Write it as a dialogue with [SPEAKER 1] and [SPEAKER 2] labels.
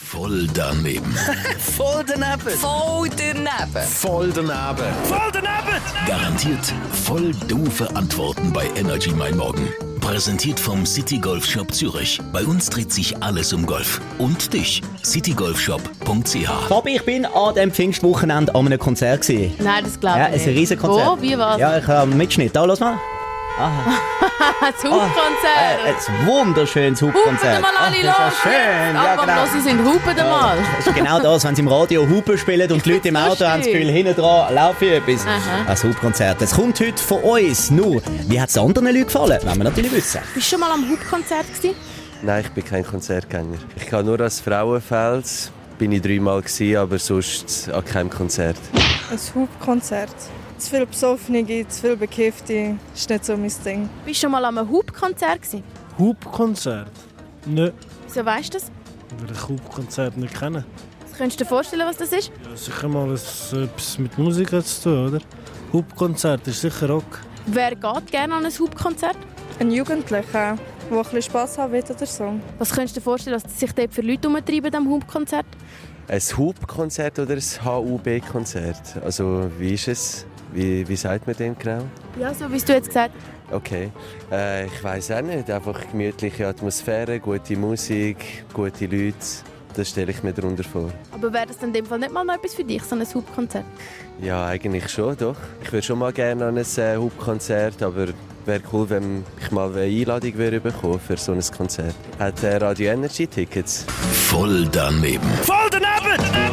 [SPEAKER 1] Voll daneben.
[SPEAKER 2] Voll daneben.
[SPEAKER 3] Voll daneben.
[SPEAKER 1] Voll daneben.
[SPEAKER 2] Voll daneben!
[SPEAKER 1] Garantiert voll doofe Antworten bei Energy Mein Morgen. Präsentiert vom City Golf Shop Zürich. Bei uns dreht sich alles um Golf. Und dich, citygolfshop.ch.
[SPEAKER 4] Fabi, ich bin an diesem Pfingstwochenende an einem Konzert. Gewesen.
[SPEAKER 5] Nein, das glaube
[SPEAKER 4] Ja,
[SPEAKER 5] ich
[SPEAKER 4] es
[SPEAKER 5] nicht.
[SPEAKER 4] ist ein riesen Konzert.
[SPEAKER 5] Wo? Wie was?
[SPEAKER 4] Ja, ich habe einen Mitschnitt. Da, los mal.
[SPEAKER 5] Ein
[SPEAKER 4] Oh. Äh,
[SPEAKER 5] Hubkonzert.
[SPEAKER 4] ein wunderschönes Hubkonzert.
[SPEAKER 5] Hupen mal alle
[SPEAKER 4] Ach, das
[SPEAKER 5] los.
[SPEAKER 4] ist ja schön. Ja,
[SPEAKER 5] Aber
[SPEAKER 4] genau.
[SPEAKER 5] am Hören sind Hupen mal.
[SPEAKER 4] Das ist genau das, wenn sie im Radio Hupen spielen und die Leute im Auto
[SPEAKER 5] lustig.
[SPEAKER 4] haben das Gefühl, hinten dran laufe ich etwas.
[SPEAKER 5] Aha.
[SPEAKER 4] Ein Hubkonzert. Das kommt heute von uns. Nur, wie hat es anderen Leuten gefallen? Wollen wir natürlich wissen.
[SPEAKER 5] Bist du schon mal am Hubkonzert gewesen?
[SPEAKER 6] Nein, ich bin kein Konzertgänger. Ich kann nur als Frauenfels. Bin ich dreimal gewesen, aber sonst an keinem Konzert.
[SPEAKER 7] Ein Hubkonzert. Zu viele Besoffene, zu viele Bekiffte. Das ist nicht so mein Ding.
[SPEAKER 5] Bist du schon mal am Hubkonzert gewesen?
[SPEAKER 8] Hubkonzert? Nein,
[SPEAKER 5] Wieso weißt du das?
[SPEAKER 8] weil ich Hubkonzert nicht kenne.
[SPEAKER 5] Könntest du dir vorstellen, was das ist?
[SPEAKER 8] Ja, sicher mal es- etwas mit Musik hat zu tun, oder? Hubkonzert ist sicher Rock.
[SPEAKER 5] Wer geht gerne an ein Hubkonzert?
[SPEAKER 7] Ein Jugendlicher, der ein bisschen Spass haben will an der Song.
[SPEAKER 5] Was könntest du dir vorstellen, was sich dort für Leute umtreiben am Hubkonzert?
[SPEAKER 6] Ein Hub-Konzert oder ein HUB-Konzert? Also, wie ist es? Wie, wie sagt man dem genau?
[SPEAKER 5] Ja, so wie du jetzt gesagt hast.
[SPEAKER 6] Okay. Äh, ich weiß auch nicht. Einfach gemütliche Atmosphäre, gute Musik, gute Leute. Das stelle ich mir darunter vor.
[SPEAKER 5] Aber wäre das in dem Fall nicht mal noch etwas für dich, so ein Hubkonzert?
[SPEAKER 6] Ja, eigentlich schon, doch. Ich würde schon mal gerne an ein äh, Hub-Konzert, aber wäre cool, wenn ich mal eine Einladung würde bekommen für so ein Konzert. Hat äh, Radio Energy Tickets?
[SPEAKER 1] Voll daneben.
[SPEAKER 2] Voll daneben!